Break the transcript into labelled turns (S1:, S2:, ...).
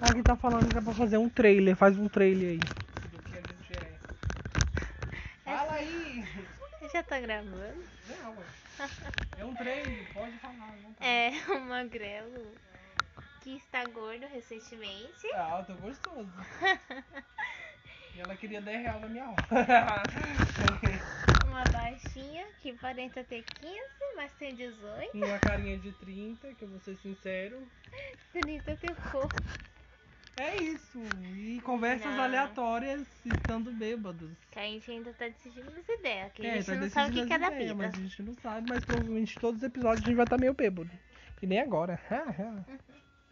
S1: Alguém tá falando que dá pra fazer um trailer, faz um trailer aí.
S2: Do que a gente é.
S3: É
S2: Fala aí!
S3: Já tá gravando?
S2: Não, ué. é um treino, pode falar. Não tá.
S3: É um magrelo que está gordo recentemente.
S2: Ah, eu tô gostoso. E ela queria 10 reais na minha hora.
S3: Uma baixinha que aparenta ter 15, mas tem 18.
S2: Com uma carinha de 30, que eu vou ser sincero.
S3: 30 tem pouco.
S2: É isso. E conversas
S3: Não.
S2: aleatórias estando bêbados.
S3: Que a gente ainda tá decidindo as ideias. Que a
S2: É,
S3: gente
S2: tá
S3: não sabe o que
S2: decidindo
S3: que é
S2: as
S3: da
S2: ideias,
S3: vida.
S2: tá Mas a gente não sabe, mas provavelmente todos os episódios a gente vai estar meio bêbado. E nem agora.